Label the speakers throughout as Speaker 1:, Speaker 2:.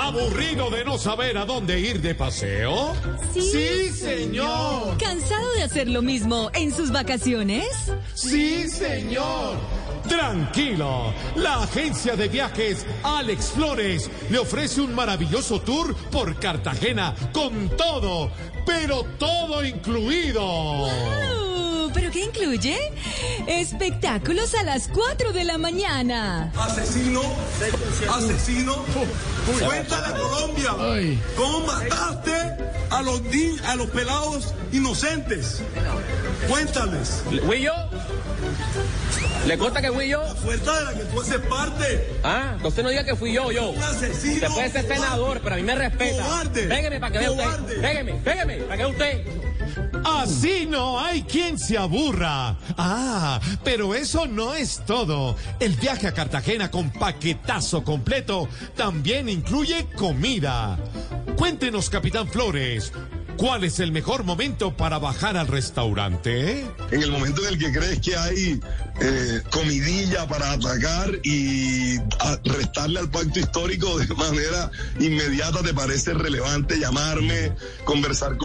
Speaker 1: ¿Aburrido de no saber a dónde ir de paseo?
Speaker 2: Sí,
Speaker 1: señor.
Speaker 2: ¿Cansado de hacer lo mismo en sus vacaciones?
Speaker 1: Sí, señor. Tranquilo, la agencia de viajes Alex Flores le ofrece un maravilloso tour por Cartagena con todo, pero todo incluido.
Speaker 2: Uh, ¿Pero qué incluye? Espectáculos a las 4 de la mañana.
Speaker 3: Asesino, asesino, cuéntale a Colombia cómo mataste a los, ni- a los pelados inocentes. Cuéntales,
Speaker 4: ¿Huillo? ¿Le consta que fui yo?
Speaker 3: fuerza de la que tú haces parte,
Speaker 4: Ah, entonces no diga que fui yo, yo.
Speaker 3: un asesino.
Speaker 4: Usted puede ser
Speaker 3: cobarde.
Speaker 4: senador, pero a mí me respeta.
Speaker 3: Cobarde.
Speaker 4: Pégame para que vea
Speaker 3: Cobarde.
Speaker 4: usted. Pégame, pégame, para que vea usted.
Speaker 1: Así no hay quien se aburra. Ah, pero eso no es todo. El viaje a Cartagena con paquetazo completo también incluye comida. Cuéntenos, Capitán Flores, ¿cuál es el mejor momento para bajar al restaurante?
Speaker 5: en el momento en el que crees que hay eh, comidilla para atacar y a- restarle al pacto histórico de manera inmediata, te parece relevante llamarme, conversar con...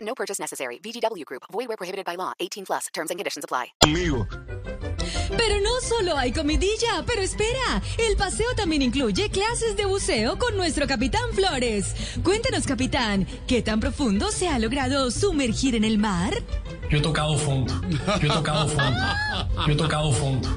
Speaker 6: No purchase necessary. VGW Group. Void where prohibited by law. 18 plus. Terms and conditions apply.
Speaker 5: conmigo.
Speaker 2: Pero no solo hay comidilla, pero espera, el paseo también incluye clases de buceo con nuestro capitán Flores. Cuéntanos, capitán, ¿qué tan profundo se ha logrado sumergir en el mar?
Speaker 7: Yo he tocado fondo. Yo he tocado fondo. Yo he tocado fondo.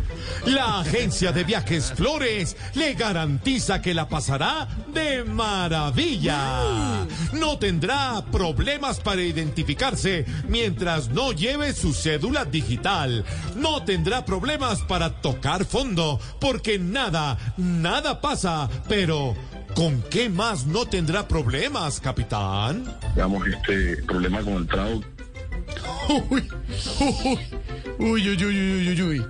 Speaker 1: La agencia de viajes Flores le garantiza que la pasará de maravilla. No tendrá problemas para identificarse mientras no lleve su cédula digital. No tendrá problemas para tocar fondo porque nada, nada pasa. Pero, ¿con qué más no tendrá problemas, capitán?
Speaker 5: Digamos, este problema con el trago.
Speaker 8: Uy, uy, uy, uy, uy, uy, uy.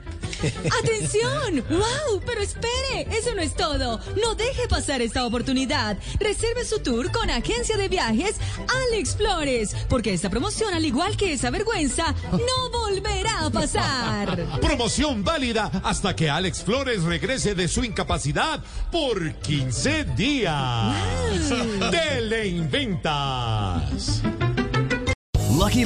Speaker 2: ¡Atención! ¡Wow! Pero espere, eso no es todo. No deje pasar esta oportunidad. Reserve su tour con agencia de viajes Alex Flores, porque esta promoción, al igual que esa vergüenza, no volverá a pasar.
Speaker 1: Promoción válida hasta que Alex Flores regrese de su incapacidad por 15 días. Dele inventas.
Speaker 9: Lucky